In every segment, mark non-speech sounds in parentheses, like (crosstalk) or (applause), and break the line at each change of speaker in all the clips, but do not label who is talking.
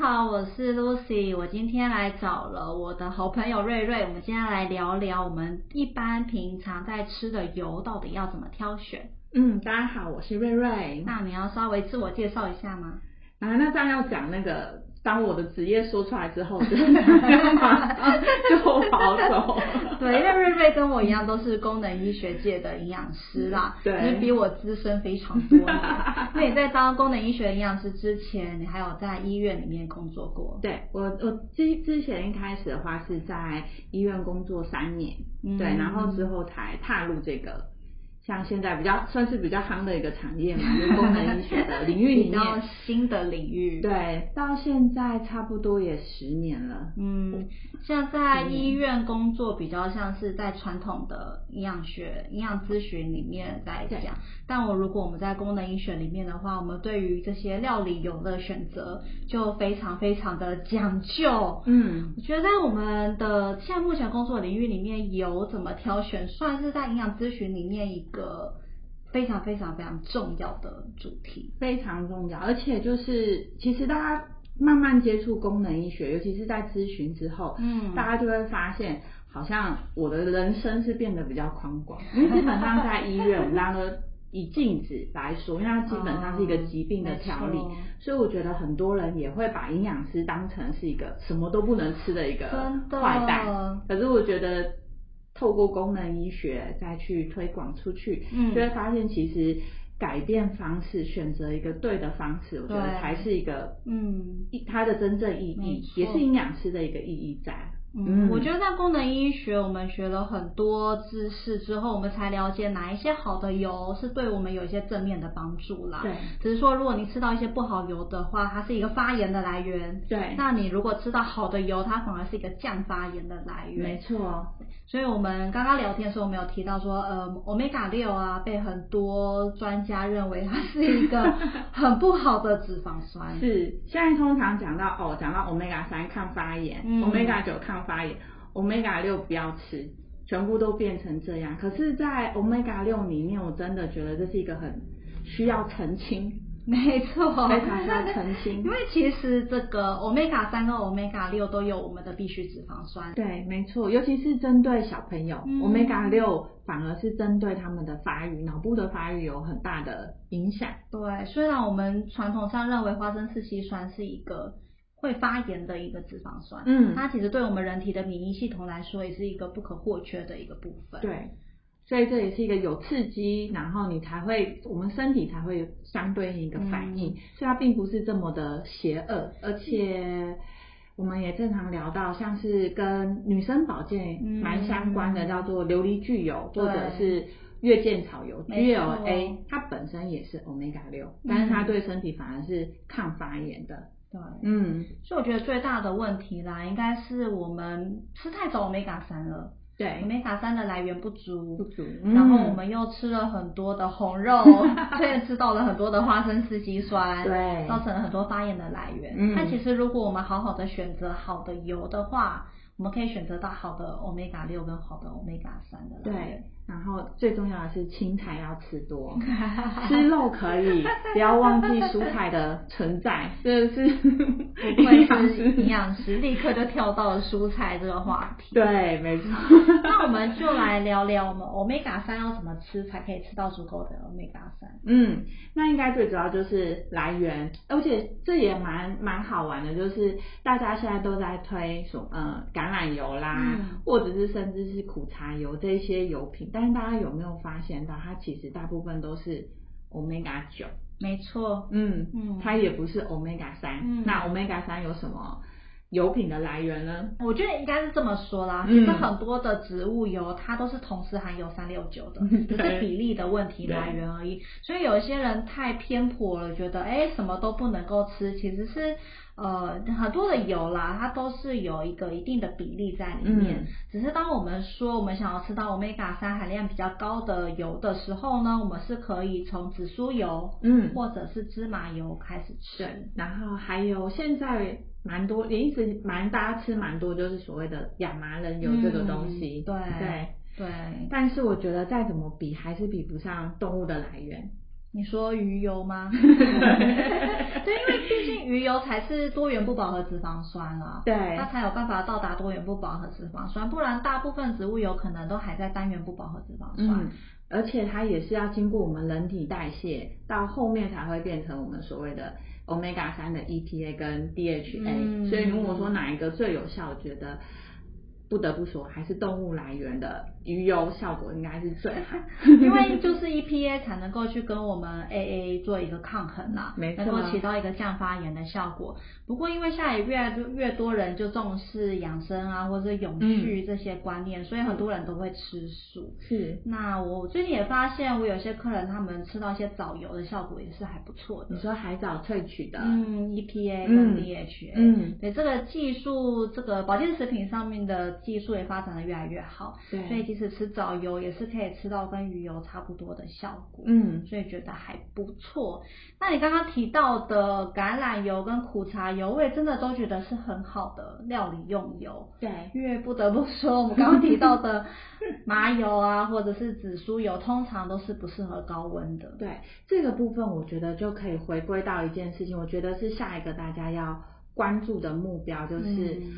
好，我是 Lucy，我今天来找了我的好朋友瑞瑞，我们今天来聊聊我们一般平常在吃的油到底要怎么挑选。
嗯，大家好，我是瑞瑞。
那你要稍微自我介绍一下吗？
啊，那这样要讲那个，当我的职业说出来之后，就就马上就跑走。
对，因为瑞瑞跟我一样都是功能医学界的营养师 (laughs) 啦，
对
只是比我资深非常 (laughs) 多年。那你在当功能医学营养师之前，你还有在医院里面工作过？
(laughs) 对我，我之之前一开始的话是在医院工作三年，
嗯
对，然后之后才踏入这个。像现在比较算是比较夯的一个产业嘛，就是功能医学的领域里
(laughs) 比较
面。
新的领域。
对，到现在差不多也十年了。
嗯，像在医院工作比较像是在传统的营养学、营养咨询里面在讲，但我如果我们在功能医学里面的话，我们对于这些料理油的选择就非常非常的讲究。
嗯，
我觉得在我们的现在目前工作领域里面，油怎么挑选，算是在营养咨询里面一个非常非常非常重要的主题。
非常重要，而且就是其实大家慢慢接触功能医学，尤其是在咨询之后，
嗯
大家就会发现，好像我的人生是变得比较宽广，因为基本上在医院，我们大家都以禁止来说，因为它基本上是一个疾病的调理，
哦哦没错
所以我觉得很多人也会把营养师当成是一个什么都不能吃的一个
真的
坏蛋，可是我觉得。透过功能医学再去推广出去，
嗯
就会发现其实改变方式，选择一个对的方式，我觉
对
得才是一个
嗯，
一它的真正意
没
义，
错
也是营养师的一个意义在。
嗯，我觉得在功能医学，我们学了很多知识之后，我们才了解哪一些好的油是对我们有一些正面的帮助啦。
对
只是说如果你吃到一些不好油的话，它是一个发炎的来源。
对，
那你如果吃到好的油，它反而是一个降发炎的来源。
没错，
所以我们刚刚聊天的时候，我们有提到说，呃，omega 六啊，被很多专家认为它是一
(laughs)
个很不好的脂肪酸。
是现在通常讲到哦，讲到 omega 三抗发炎、
嗯
o m e g a 九抗发炎，omega 六不要吃，全部都变成这样。可是，在 omega 六里面，我真的觉得这是一个很需要澄清。
没错，
非常需要澄
(laughs)
清
因为其实这个 omega 三跟 omega 六都有我们的必需脂肪酸。
对，没错，尤其是针对小朋友、
嗯
o m e g a 六反而是针对他们的发育、脑部的发育有很大的影响。
对，虽然我们传统上认为花生四烯酸是一个会发炎的一个脂肪酸，
嗯
它其实对我们人体的免疫系统来说也是一个不可或缺的一个部分。，
对，所以这也是一个有刺激，然后你才会，我们身体才会有相对应一个反应，
嗯
所以它并不是这么的邪恶，而且。我们也正常聊到，像是跟女生保健
嗯
蛮相关的，叫做琉璃苣油
对
或者是月见草油
没错嗯
GLA，它本身也是 omega 六，但是它对身体反而是抗发炎的。
对，
嗯，
所以我觉得最大的问题啦，应该是我们吃太早 omega 三了
对，
，omega 三的来源不足，
不足。
然后
嗯
我们又吃了很多的红
(laughs)
肉，却吃到了很多的花生四烯酸，
嗯对
造成了很多发炎的来源。
嗯
但其实如果我们好好的选择好的油的话，我们可以选择到好的 omega 六跟好的 omega 三的来
对
源。，
然后最重要的是青菜要吃
(laughs)
多，吃肉可以，不要忘记蔬菜的存在，这是
不
营
愧
(laughs) 养
是营
师。
养师，立刻就跳到了蔬菜这个话题。
对，没错。 (laughs)
那我们就来聊聊我们 omega 三要怎么吃才可以吃到足够的 omega 三。
嗯，那应该最主要就是来源，而且这也蛮蛮好玩的，就是大家现在都在推什么呃橄榄油啦，
嗯
或者是甚至是苦茶油这一些油品，但是大家有没有发现到，它其实大部分都是 omega 九。
没错，
嗯，
嗯
嗯，它也不是 omega 三、
嗯
那 omega 三有什么油品的来源呢？
我觉得应该是这么说啦，
嗯
其实很多的植物油它都是同时含有三六九的，只是
嗯对
比例的问题来源而已。所以有一些人太偏颇了，觉得哎什么都不能够吃，其实是呃很多的油啦，它都是有一个一定的比例在里面。
嗯
只是当我们说我们想要吃到 omega 三含量比较高的油的时候呢，我们是可以从紫苏油
嗯，
或者是芝麻油开始吃。
对，然后还有现在蛮多也一直蛮大家吃蛮多，就是所谓的亚麻仁油这个东
嗯
西，
对
对。
对，
但是我觉得再怎么比还是比不上动物的来源，
你说鱼油
(laughs)
吗？对，因为毕竟鱼油才是多元不饱和脂肪酸啊，
对
它才有办法到达多元不饱和脂肪酸，不然大部分植物油可能都还在单元不饱和脂肪酸。
嗯，而且它也是要经过我们人体代谢，到后面才会变成我们所谓的 omega 三的 EPA 跟 DHA、
嗯
所以你问我说哪一个最有效，我觉得不得不说还是动物来源的鱼油效果应该是最好。
因为就是 EPA 才能够去跟我们 AA 做一个抗衡啦，
没错啊
能够起到一个降发炎的效果。不过因为现在也越来越多人就重视养生啊，或者永
嗯
续这些观念，所以很多人都会吃素。
(laughs) 是，
那我最近也发现，我有些客人他们吃到一些藻油的效果也是还不错的
你。说海藻萃取的，
嗯，EPA
啊嗯
跟 DHA，
嗯
对这个技术，这个保健食品上面的技术也发展的越来越好，
嗯对
所以即使吃藻油也是可以吃到跟鱼油差不多的效果，
嗯
所以觉得还不错。那你刚刚提到的橄榄油跟苦茶油，我也真的都觉得是很好的料理用油。
对，
因为不得不说，我们刚刚提到的麻油啊，或者是紫苏油，通常都是不适合高温的。
对这个部分，我觉得就可以回归到一件事情，我觉得是下一个大家要关注的目标，就是
嗯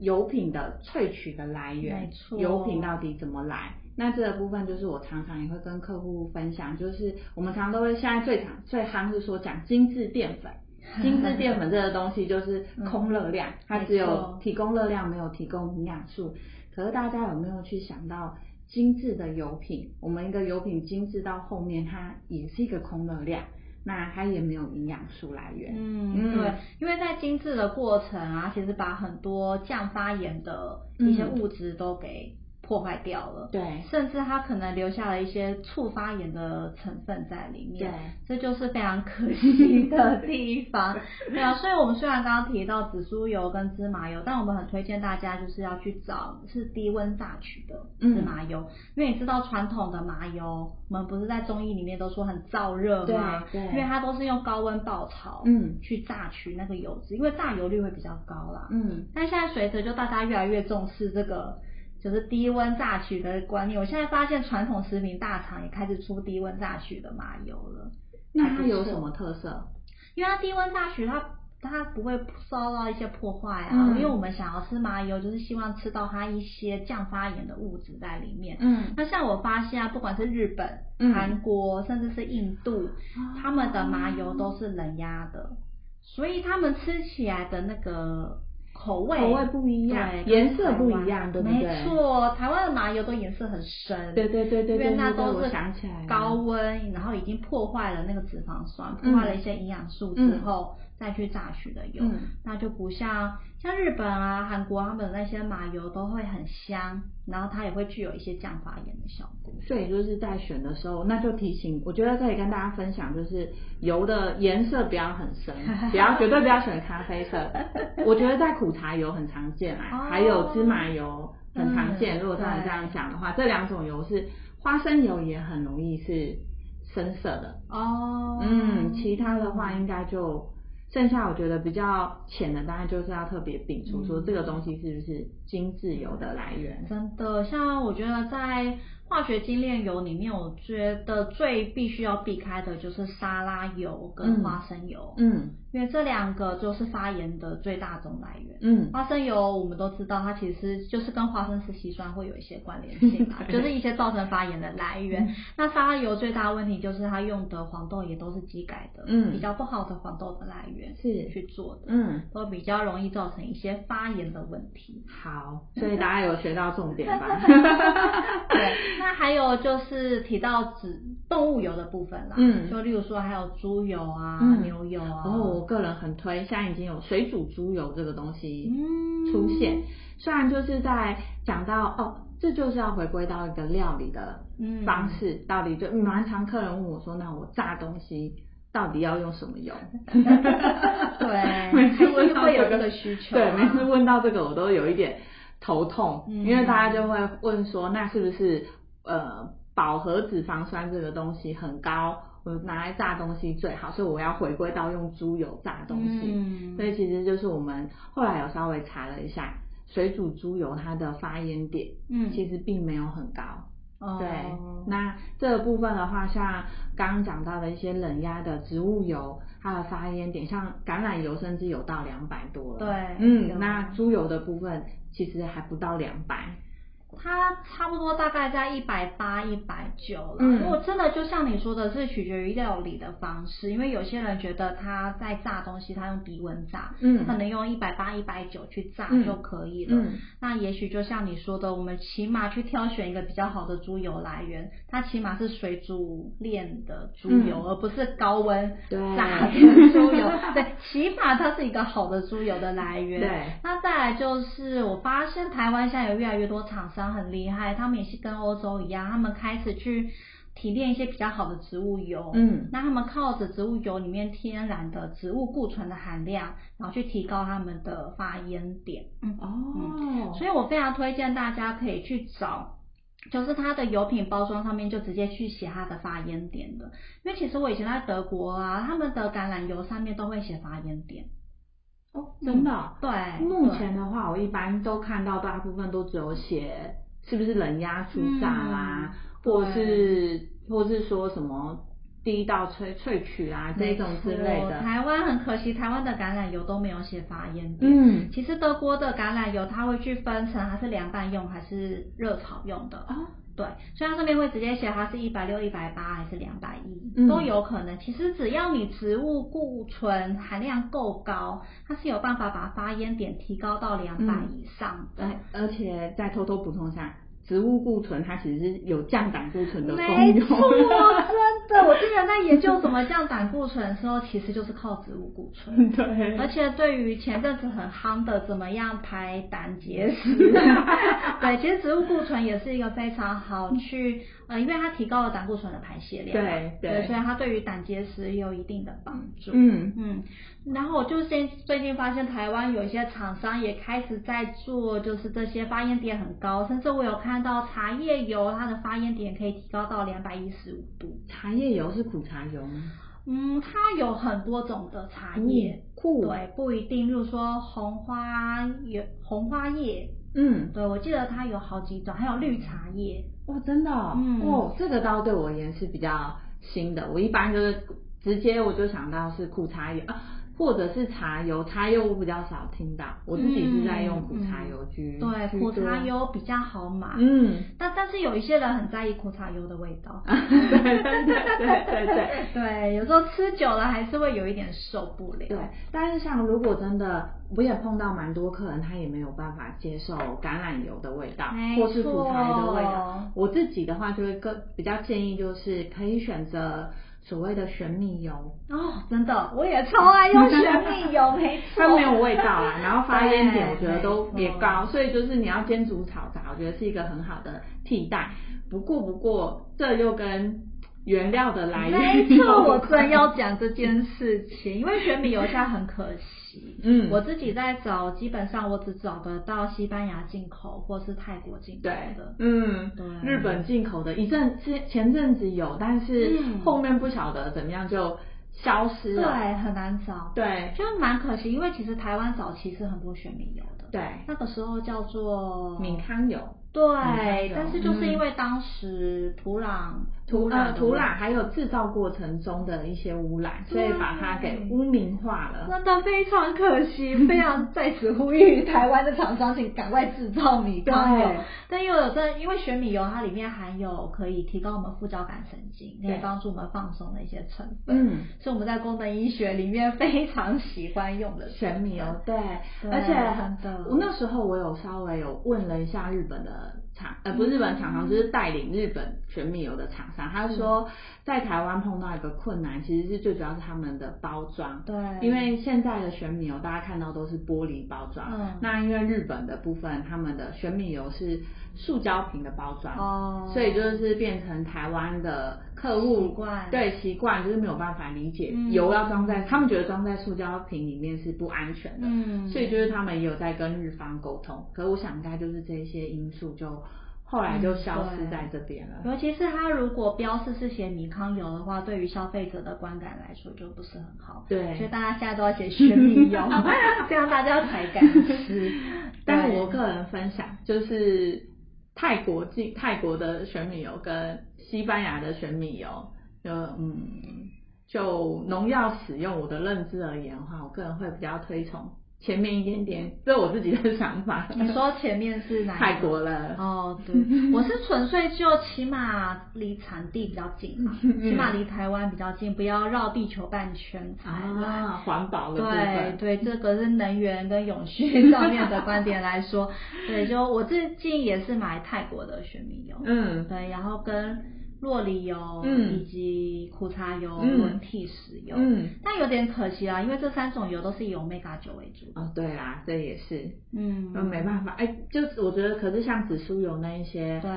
油品的萃取的来源，
没错
油品到底怎么来？那这个部分就是我常常也会跟客户分享，就是我们常常都会现在最常最夯是说讲精致淀
(laughs)
粉。精致淀粉这个东西就是空热量，它只
嗯没
有
错
提供热量，没有提供营养素。可是大家有没有去想到精致的油品？我们一个油品精致到后面，它也是一个空热量，那它也没有营养素来源。
嗯，对，因为在精致的过程啊，其实把很多降发炎的一些物质都给破坏掉了，
对
甚至它可能留下了一些促发炎的成分在里面，这就是非常可惜的地方。对啊，所以我们虽然刚刚提到紫苏油跟芝麻油，但我们很推荐大家就是要去找是低温榨取的
嗯
芝麻油，因为你知道传统的麻油，我们不是在中医里面都说很燥热吗？
对对
因为它都是用高温爆炒，
嗯
去榨取那个油脂，因为榨油率会比较高啦。
嗯，
但现在随着就大家越来越重视这个就是低温榨取的观念，我现在发现传统食品大厂也开始出低温榨取的麻油了，
那它有什么特色？
因为它低温榨取它。它不会受到一些破坏啊，
嗯
因为我们想要吃麻油，就是希望吃到它一些降发炎的物质在里面。
嗯，
那像我发现啊，不管是日本、
嗯
韩国，甚至是印度，他们的麻油都是冷压的，所以他们吃起来的那个口味
口味不一样，
对
颜色不一样，对不对？
没错，台湾的麻油都颜色很深，
对对对对对
因为那
对对
都
我
是
想起来了
高温，然后已经破坏了那个脂肪酸，
嗯
破坏了一些营养素之后。再去榨取的油，
嗯
嗯那就不像像日本啊、韩国他们的那些麻油都会很香，然后它也会具有一些降发炎的效果。
所以就是在选的时候，那就提醒，我觉得可以跟大家分享，就是油的颜色不要很
(laughs)
深，不要绝对不要选咖啡色。我觉得在苦茶油很常见
哦
啊，还有芝麻油很常见。
嗯
如果照你这样讲的话，这两种油是花生油也很容易是深色的。
哦，
嗯，其他的话应该就剩下，我觉得比较浅的，当然就是要特别摒除说
嗯
这个东西是不是精致油的来源。
真的，像我觉得在化学精炼油里面，我觉得最必须要避开的就是沙拉油跟花生油，
嗯
因为这两个就是发炎的最大宗来源。
嗯，，
花生油我们都知道，它其实就是跟花生石烯酸会有一些关联性嘛
(laughs)
就是一些造成发炎的来源。
嗯
那沙拉油最大的问题就是它用的黄豆也都是基改的，
嗯
比较不好的黄豆的来源
是
去做的，
嗯。
都比较容易造成一些发炎的问题。
(laughs) 好，
嗯
所以大家有学到重点
(laughs)
吧？
对，那还有就是提到指动物油的部分啦，
嗯
就例如说还有猪油啊、
嗯
牛油啊，
然后我个人很推，现在已经有水煮猪油这个东西
嗯
出现，虽然就是在讲到哦，这就是要回归到一个料理的
嗯
方式，到底就嗯蛮常客人问我说，那我炸东西到底要用什么油？
对
(laughs) 每次问到
还是会有
这
这个需求
对，
啊
每次问到这个我都有一点头痛，
嗯
因为大家就会问说，那是不是呃饱和脂肪酸这个东西很高，我拿来炸东西最好，所以我要回归到用猪油炸东西。
嗯
所以其实就是我们后来有稍微查了一下，水煮猪油它的发烟点
嗯
其实并没有很高。
哦
对，那这个部分的话，像刚刚讲到的一些冷压的植物油，它的发烟点，像橄榄油甚至有到两百多了。
对有
嗯，那猪油的部分其实还不到两百。
它差不多大概在一百八、一百九了。
嗯
如果真的就像你说的，是取决于料理的方式，因为有些人觉得他在炸东西，他用低温炸，
嗯
可能用一百八、一百九去炸
嗯
就可以了。
嗯
那也许就像你说的，我们起码去挑选一个比较好的猪油来源，它起码是水煮炼的猪油，
嗯
而不是高温
对
炸的猪油。 (laughs) 对，起码它是一个好的猪油的来源。
对，
那再来就是，我发现台湾现在有越来越多厂商很厉害，他们也是跟欧洲一样，他们开始去提炼一些比较好的植物油。
嗯
那他们靠着植物油里面天然的植物固醇的含量，然后去提高他们的发烟点。嗯，
哦，
所以我非常推荐大家可以去找，就是它的油品包装上面就直接去写它的发烟点的，因为其实我以前在德国啊，他们的橄榄油上面都会写发烟点。
哦，真的哦、
对，
目
对
前的话，我一般都看到大部分都只有写是不是冷压初榨啦，
嗯
或是或是说什么低到萃萃取啊这一种之类
没错
的。
台湾很可惜，台湾的橄榄油都没有写发烟点。
嗯，
其实德国的橄榄油它会去分成它是凉拌用还是热炒用的，
哦，
对，所以它上面会直接写它是一百六、一百八还是两百一
嗯
都有可能。其实只要你植物固醇含量够高，它是有办法把发烟点提高到两百
嗯
以上的。
而而且再偷偷补充一下，植物固醇它其实是有降胆固醇的哦功
没
用
错，。真的，我之前在研究怎么降胆固醇的时候，其实就是靠植物固醇。
(laughs) 对，
而且对于前阵子很夯的怎么样排胆结
(laughs)
石，对，其实植物固醇也是一个非常好去，呃，因为它提高了胆固醇的排泄量嘛，
对
对
对
所以它对于胆结石也有一定的帮助。
嗯
嗯，然后我就现最近发现台湾有一些厂商也开始在做，就是这些发烟点很高，甚至我有看到茶叶油它的发烟点可以提高到两百一十五度。
茶叶油是苦茶油吗？
嗯，它有很多种的茶叶，
酷，
对，不一定，例如说红花有红花叶，
嗯，
对我记得它有好几种，还有绿茶叶。
哇，真的、哦，
嗯
哦，这个倒对我而言是比较新的。我一般就是直接我就想到是苦茶油啊，或者是茶油，茶油我比较少听到，我自己是在用苦茶油居、
嗯对，
居
苦
多
茶，油比较好买，
嗯， (laughs)
但但是有一些人很在意苦茶油的味道。
对对对对对对。
(laughs) 对，有时候吃久了还是会有一点受不了。
对，但是像如果真的，我也碰到蛮多客人，他也没有办法接受橄榄油的味道，
没
或是苦茶油的味道
错。
我自己的话，就会更比较建议，就是可以选择所谓的玄米油，
哦，真的，我也超爱用玄
(laughs)
米油，没错。
它没有味道
(laughs)
啦，然后发烟点我觉得都
对
也
没错
高，所以就是你要煎煮炒炸，我觉得是一个很好的替代。不过不过，这又跟原料的来源
没
(laughs)
错，
有
我
关
正要讲这件事情，因为选米油现在很可惜。
嗯
我自己在找，基本上我只找得到西班牙进口或是泰国进口
对
的。
嗯
对，
日本进口的一阵之前阵子有，但是
嗯
后面不晓得怎么样就消失了。
对，很难找，
对
就蛮可惜，因为其实台湾早期是很多选米油的，
对，
那个时候叫做
敏康油。
对
嗯，
但是就是因为当时土壤
土
壤
呃
的
土
问
壤
题
还有制造过程中的一些污染，所以把它给污名化了。
真的非常可惜，非常在此呼吁台湾的厂商，请赶快制造米哦糠油
对。
但又有这，因为玄米油它里面含有可以提高我们副交感神经，可以
对
帮助我们放松的一些成分，
嗯，
是我们在功能医学里面非常喜欢用的
玄米油，对，
对
而
真
且
的
我那时候我有稍微有问了一下日本的厂，呃，不是日本厂商，就是带领日本玄米油的厂商，他说在台湾碰到一个困难，其实是最主要是他们的包装。
成分。对，
因为现在的玄米油，大家看到都是玻璃包装。
嗯
那因为日本的部分，他们的玄米油是塑胶瓶的包装，
哦，
所以就是变成台湾的客
习
户
惯
对习惯就是没有办法理解，
嗯
油要装在他们觉得装在塑胶瓶里面是不安全的，
嗯，
所以就是他们也有在跟日方沟通。可我想应该就是这一些因素就后来就消
嗯
失在这边了。
尤其是它如果标示是写米糠油的话，对于消费者的观感来说就不是很好。所以
对，
大家现在都要写玄米
(laughs)
油，这样大家才敢吃。
但
对
我个人分享就是泰国进泰国的玄米油跟西班牙的玄米油，就嗯，就农药使用，我的认知而言的话，我个人会比较推崇前面一点点，这是我自己的 (laughs) 想法。
你说前面是哪一个
泰国了，
哦，
(laughs)
对，我是纯粹就起码离产地比较近嘛，
嗯
起码离台湾比较近，不要绕地球半圈才来。
啊，环保的部
对
分，
对，
(laughs)
这个是能源跟永续上面的观点来
(laughs)
说，对，就我最近也是买泰国的玄米油，
嗯
对，然后跟洛梨油、
嗯
以及苦茶油
嗯
轮替使用，
嗯，
但有点可惜啦，啊因为这三种油都是以 omega 九为主的，
哦，对啦，这也是，
嗯，
嗯，没办法，哎、就是我觉得，可是像紫苏油那一些，
对，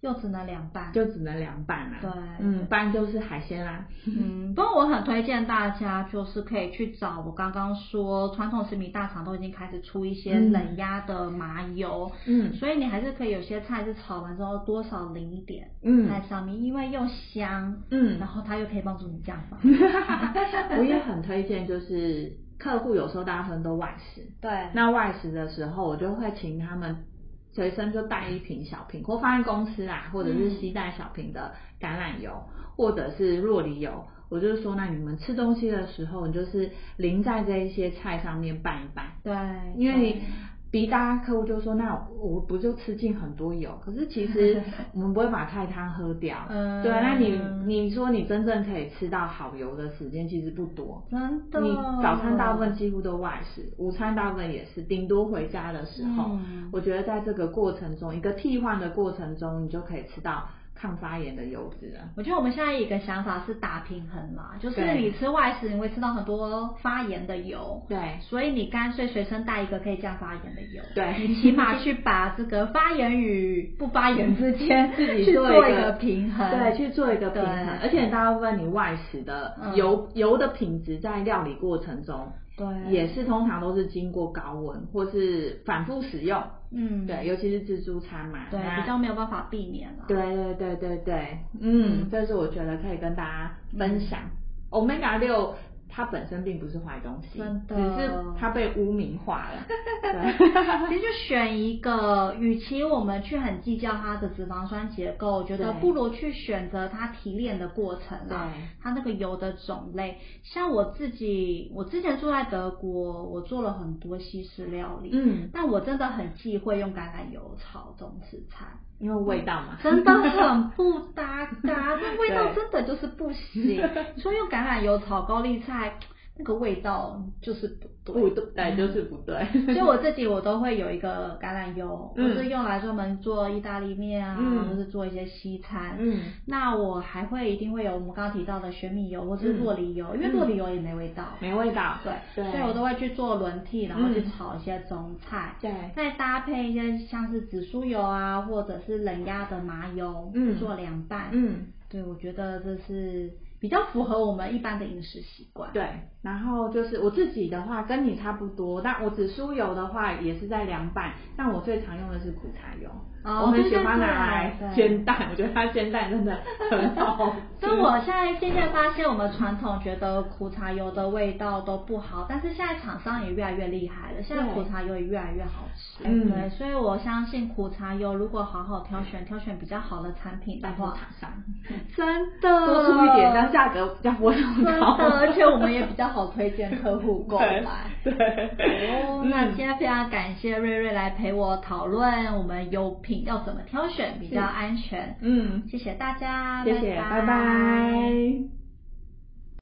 又只能凉拌，
就只能凉拌啦。
对
嗯，不然就是海鲜啦。
嗯，不过我很推荐大家，就是可以去找我刚刚说传统食品大厂都已经开始出一些
嗯
冷压的麻油，
嗯
所以你还是可以有些菜是炒完之后多少淋一点在
嗯
上面，因为又香，然
嗯，
后它又可以帮助你降
(laughs)
糖。
我也很推荐，就是客户有时候大部分都外食，
对，
那外食的时候，我就会请他们随身就带一瓶小瓶，或放在公司啦，或者是
嗯
携带小瓶的橄榄油，或者是洛梨油。我就是说，那你们吃东西的时候，你就是淋在这一些菜上面拌一拌。
对，
因为
对
你比大家客户就说，那我不就吃进很多油？可是其实
(laughs)
我们不会把菜汤喝掉，
嗯
对啊。那你你说你真正可以吃到好油的时间其实不多，
真的，
你早餐大部分几乎都外食，午餐大部分也是，顶多回家的时候，
嗯
我觉得在这个过程中，一个替换的过程中，你就可以吃到抗发炎的油脂了。
我觉得我们现在一个想法是打平衡啦，就是
对
你吃外食，你会吃到很多发炎的油，
对
所以你干脆随身带一个可以降发炎的油，
对
你起码去把这个发炎与不发炎之间
(laughs) 自己
去
做
做
一
一
个
个平衡，
对，去做一个平衡
对，
而且大部分你外食的
嗯
油、油的品质在料理过程中
对，
也是通常都是经过高温或是反复使用，
嗯，
对，尤其是自助餐嘛，
对，
那
比较没有办法避免啦，
对对对对对，嗯，
嗯
这是我觉得可以跟大家分享、omega 六。它本身并不是坏东西，
真的
只是它被污名化了。对，
其实就选一个，与其我们去很计较它的脂肪酸结构，我觉得
对
不如去选择它提炼的过程啊
(laughs) 对，
它那个油的种类。像我自己，我之前住在德国，我做了很多西式料理，
嗯，
但我真的很忌讳用橄榄油炒中式菜，
因为味道嘛，
真的很不搭嘎，这味道
对
真的就是不行。说用橄榄油炒高丽菜，那个味道就是不对，
不对，就是不对。
所以我自己我都会有一个橄榄油，
嗯
我是用来专门做意大利面啊，
嗯
或是做一些西餐。
嗯，
那我还会一定会有我们刚刚提到的玄米油或是洛梨油，因为洛梨油也没味道，
(laughs) 没味道。
对，
嗯对，
所以我都会去做轮替，然后去
嗯
炒一些中菜，
对，
再搭配一些像是紫苏油啊，或者是冷压的麻油，
嗯
去做凉拌。
嗯。
对，我觉得这是比较符合我们一般的饮食习惯。
对，然后就是我自己的话跟你差不多，但我紫苏油的话也是在凉拌，但我最常用的是苦茶油，
哦
我很
对
喜
对
欢拿
对
来
对
煎蛋，我觉得它煎蛋真的很
(laughs)
好吃。
所以我现在渐渐发现，我们传统觉得苦茶油的味道都不好，但是现在厂商也越来越厉害了，现在苦茶油也越来越好吃。
嗯
对，所以我相信苦茶油如果好好挑选，挑选比较好的产品的
拜托
话，
厂商
真的
多出一点，但价格比较不会
真
那
的，
么高。
而且我们也比较好推荐客户购买。
(laughs) 对，
哦，那今天非常感谢瑞瑞来陪我讨论我们油品要怎么挑选比较安全，
嗯，
谢谢大家，
谢谢，拜
拜
拜